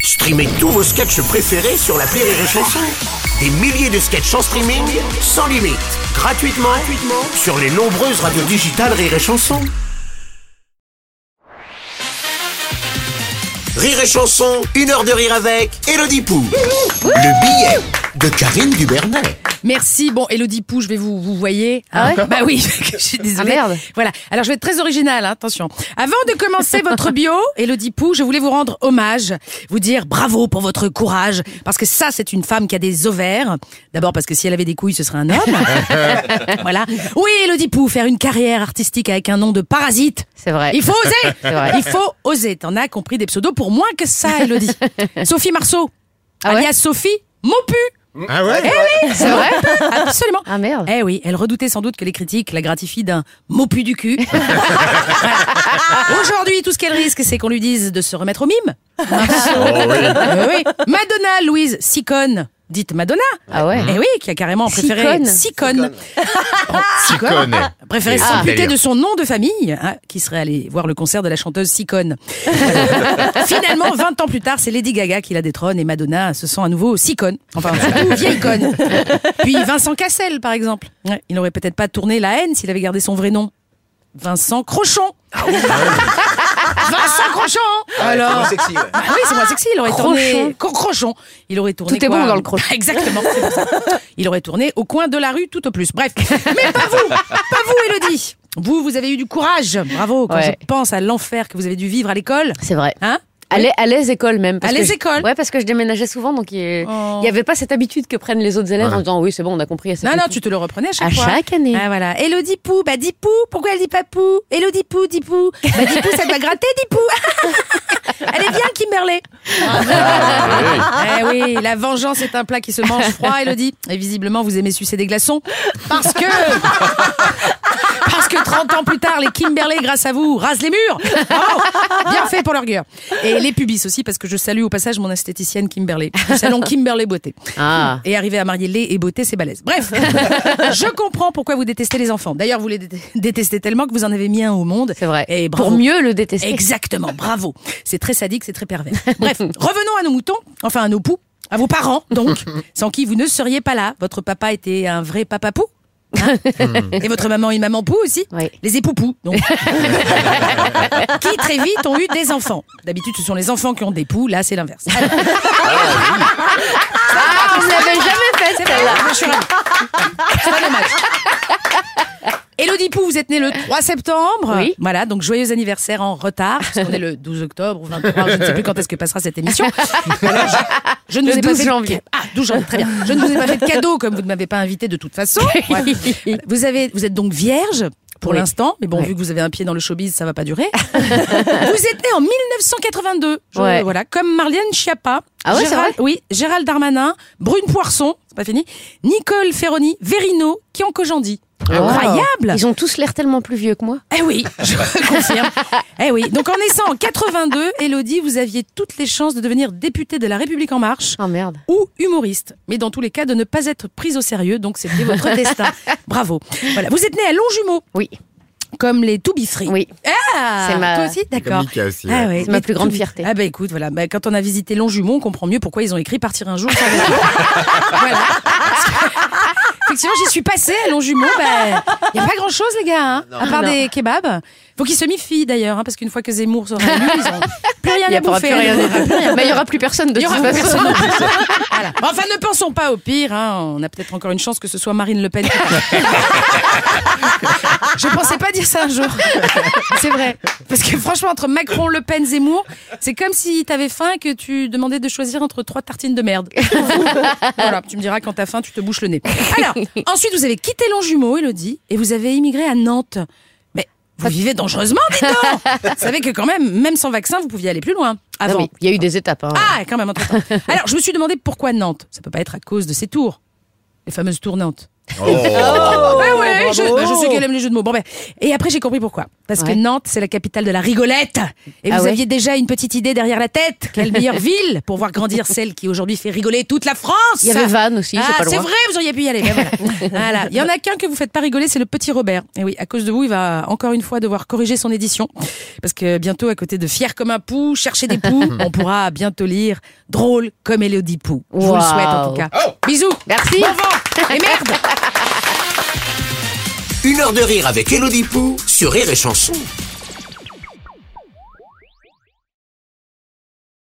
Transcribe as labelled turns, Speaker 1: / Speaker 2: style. Speaker 1: Streamez tous vos sketchs préférés sur la Rire et Chanson. Des milliers de sketchs en streaming, sans limite, gratuitement, gratuitement sur les nombreuses radios digitales Rire et Chanson. Rire et Chanson, une heure de rire avec Elodie Pou. Le billet de Karine Dubernet.
Speaker 2: Merci. Bon, Elodie Pou, je vais vous vous voyez. Ah Bah oui, je suis désolée.
Speaker 3: Ah, merde.
Speaker 2: Voilà. Alors je vais être très originale, hein, attention. Avant de commencer votre bio, Elodie Pou, je voulais vous rendre hommage, vous dire bravo pour votre courage, parce que ça, c'est une femme qui a des ovaires. D'abord parce que si elle avait des couilles, ce serait un homme. voilà. Oui, Elodie Pou, faire une carrière artistique avec un nom de parasite.
Speaker 3: C'est vrai.
Speaker 2: Il faut oser.
Speaker 3: vrai.
Speaker 2: Il faut oser. T'en as compris des pseudos pour moins que ça, Elodie. Sophie Marceau,
Speaker 3: Ah ouais
Speaker 2: alias Sophie Mopu.
Speaker 4: Ah ouais
Speaker 3: C'est vrai
Speaker 2: Absolument.
Speaker 3: Ah merde.
Speaker 2: Eh oui, elle redoutait sans doute que les critiques la gratifient d'un mot pu du cul. Aujourd'hui, tout ce qu'elle risque, c'est qu'on lui dise de se remettre au mime. Euh, oui. Madonna Louise Sicone. Dites Madonna.
Speaker 3: Ah ouais.
Speaker 2: Eh oui, qui a carrément préféré
Speaker 3: Sicone.
Speaker 2: Sicone.
Speaker 4: Tu connais.
Speaker 2: Préféré
Speaker 4: Ah.
Speaker 2: s'amputer
Speaker 4: Délire.
Speaker 2: de son nom de famille, hein, qui serait allé voir le concert de la chanteuse Sicone. Finalement, 20 ans plus tard, c'est Lady Gaga qui la détrône et Madonna se sent à nouveau Sicone. Enfin, surtout vieille conne. Puis Vincent Cassel, par exemple. Ouais, il n'aurait peut-être pas tourné la haine s'il avait gardé son vrai nom. Vincent Crochon.
Speaker 4: Ah
Speaker 2: Vincent Crochon Alors,
Speaker 4: sexy, ouais.
Speaker 2: ah oui, c'est moins sexy. Il aurait tourné. Cro- Crochon. Il aurait tourné.
Speaker 3: Tout est
Speaker 2: quoi
Speaker 3: bon dans le crochet.
Speaker 2: Exactement. c'est pour ça. Il aurait tourné au coin de la rue tout au plus. Bref. Mais pas vous. Pas vous, Elodie. Vous, vous avez eu du courage. Bravo. Quand
Speaker 3: Ouais.
Speaker 2: je pense à l'enfer que vous avez dû vivre à l'école.
Speaker 3: C'est vrai.
Speaker 2: Hein
Speaker 3: À les, à les écoles même. parce
Speaker 2: À
Speaker 3: que
Speaker 2: les
Speaker 3: je-
Speaker 2: écoles.
Speaker 3: Ouais, parce que je déménageais souvent, donc il n'y
Speaker 2: Oh.
Speaker 3: avait pas cette habitude que prennent les autres élèves en disant oui, c'est bon, on a compris. c'est
Speaker 2: Non, non,
Speaker 3: tout.
Speaker 2: tu te le reprenais à chaque
Speaker 3: À
Speaker 2: fois.
Speaker 3: chaque année.
Speaker 2: Ah, voilà. Elodie Pou, bah dis Pou, pourquoi elle dit pas Pou Elodie Pou, dis Pou. Bah dis Pou, ça doit gratter, dis Pou. Allez, viens, Kimberley. Eh oui, la vengeance est un plat qui se mange froid, Elodie. Et visiblement, vous aimez sucer des glaçons. Parce que. Parce que 30 ans plus tard, les Kimberley, grâce à vous, rasent les murs. Bravo. bien fait pour leur gueule. Et les pubis aussi, parce que je salue au passage mon esthéticienne Kimberley. Du salon Kimberley Beauté.
Speaker 3: Ah.
Speaker 2: Et arriver à marier lait et beauté, c'est balèze. Bref, je comprends pourquoi vous détestez les enfants. D'ailleurs, vous les dé- détestez tellement que vous en avez mis un au monde.
Speaker 3: C'est vrai.
Speaker 2: Et
Speaker 3: Pour
Speaker 2: Eh, bravo.
Speaker 3: mieux le détester.
Speaker 2: Exactement, bravo. C'est très sadique, c'est très pervers. Bref, revenons à nos moutons, enfin à nos poux, à vos parents donc, sans qui vous ne seriez pas là. Votre papa était un vrai papa pou. hein et votre maman une maman pou aussi
Speaker 3: Oui.
Speaker 2: Les époux donc. qui très vite ont eu des enfants. D'habitude, ce sont les enfants qui ont des poux, là c'est l'inverse.
Speaker 3: Ah, on ne l'avait jamais fait
Speaker 2: C'est
Speaker 3: celle-là.
Speaker 2: je suis ravie. C'est pas dommage. Elodie Pou, vous êtes née le 3 septembre.
Speaker 3: Oui.
Speaker 2: Voilà, donc joyeux anniversaire en retard, parce qu'on est le 12 octobre ou 23, je ne sais plus quand est-ce que passera cette émission. Alors, je, je ne
Speaker 3: Le
Speaker 2: vous ai pas
Speaker 3: 12
Speaker 2: fait de-
Speaker 3: janvier.
Speaker 2: Ah, 12 janvier, très bien. Je ne vous ai pas fait de cadeau, comme vous ne m'avez pas invité de toute façon. Ouais. Vous, avez, vous êtes donc vierge pour
Speaker 3: Oui.
Speaker 2: l'instant, mais bon,
Speaker 3: Oui.
Speaker 2: vu que vous avez un pied dans le showbiz, ça va pas durer. vous êtes née en 1982, Je-
Speaker 3: Ouais.
Speaker 2: voilà, comme Marlène Schiappa.
Speaker 3: Ah ouais, c'est
Speaker 2: Gérald-
Speaker 3: vrai
Speaker 2: oui, Gérald Darmanin, Brune Poisson, c'est pas fini, Nicole Ferroni, Verino, qui ont cojandi. Incroyable
Speaker 3: Ah Ils ont tous l'air tellement plus vieux que moi.
Speaker 2: Eh oui, je confirme. Eh oui, donc en naissant en 82, Elodie, vous aviez toutes les chances de devenir députée de La République En Marche
Speaker 3: Ah merde.
Speaker 2: ou humoriste, mais dans tous les cas de ne pas être prise au sérieux, donc c'était votre destin. Bravo. Voilà, vous êtes née à Longjumeau,
Speaker 3: Oui,
Speaker 2: comme les To Be Free.
Speaker 3: oui.
Speaker 2: Ah,
Speaker 3: C'est ma-
Speaker 2: toi aussi, d'accord.
Speaker 4: Mika aussi.
Speaker 2: Ah
Speaker 4: ouais.
Speaker 2: ouais.
Speaker 3: C'est ma
Speaker 2: Mais
Speaker 3: plus
Speaker 2: tout-
Speaker 3: grande fierté.
Speaker 2: Ah bah écoute, voilà, Bah, quand on a visité Longjumeau, on comprend mieux pourquoi ils ont écrit partir un jour. sans retour. voilà. Parce que- Effectivement, j'y suis passée à Longjumeau. bah, Il n'y a pas grand chose, les gars, hein, à part
Speaker 3: Non.
Speaker 2: des kebabs. Faut qu'ils se méfient d'ailleurs, hein, parce qu'une fois que Zemmour sera élu, ils n'ont plus rien
Speaker 3: Il n'y
Speaker 2: à
Speaker 3: aura
Speaker 2: bouffer.
Speaker 3: plus rien. Mais il n'y aura plus personne de
Speaker 2: Il y aura
Speaker 3: toute
Speaker 2: plus
Speaker 3: façon.
Speaker 2: personne non plus. Voilà. Enfin, ne pensons pas au pire. hein. On a peut-être encore une chance que ce soit Marine Le Pen. qui parle. Je pensais pas dire ça un jour. C'est vrai. Parce que franchement, entre Macron, Le Pen, Zemmour, c'est comme si t'avais faim et que tu demandais de choisir entre trois tartines de merde. voilà, tu me diras quand t'as faim, tu te bouches le nez. Alors, ensuite, vous avez quitté Longjumeau, Elodie, et vous avez immigré à Nantes. Mais vous vivez dangereusement, dites donc Vous savez que quand même, même sans vaccin, vous pouviez aller plus loin.
Speaker 3: Non,
Speaker 2: Avant.
Speaker 3: mais Il y a eu des étapes. hein.
Speaker 2: Ah, quand même, entre-temps. Alors, je me suis demandé pourquoi Nantes Ça peut pas être à cause de ses tours. Les fameuses tours Nantes.
Speaker 4: Oh.
Speaker 2: Ah ouais,
Speaker 3: bravo.
Speaker 2: je, bah, je sais qu'elle aime les jeux de mots. Bon, ben, et après, j'ai compris pourquoi. Parce
Speaker 3: Ouais.
Speaker 2: que Nantes, c'est la capitale de la rigolette. Et
Speaker 3: Ah
Speaker 2: vous
Speaker 3: ouais
Speaker 2: aviez déjà une petite idée derrière la tête. Quelle meilleure ville pour voir grandir celle qui aujourd'hui fait rigoler toute la France.
Speaker 3: Il y avait Vannes aussi, c'est
Speaker 2: Ah,
Speaker 3: pas loin.
Speaker 2: c'est vrai, vous auriez pu y aller. Ben voilà. Voilà. Il y en a qu'un que vous faites pas rigoler, c'est le petit Robert. Et oui, à cause de vous, il va encore une fois devoir corriger son édition. Parce que bientôt, à côté de Fier comme un pou, chercher des poux, on pourra bientôt lire Drôle comme Elodie Pou. Je vous le souhaite en tout cas.
Speaker 4: Oh.
Speaker 2: Bisous.
Speaker 3: Merci.
Speaker 2: Bon vent. Et merde.
Speaker 1: Une heure de rire avec Elodie Pou sur Rire et Chanson.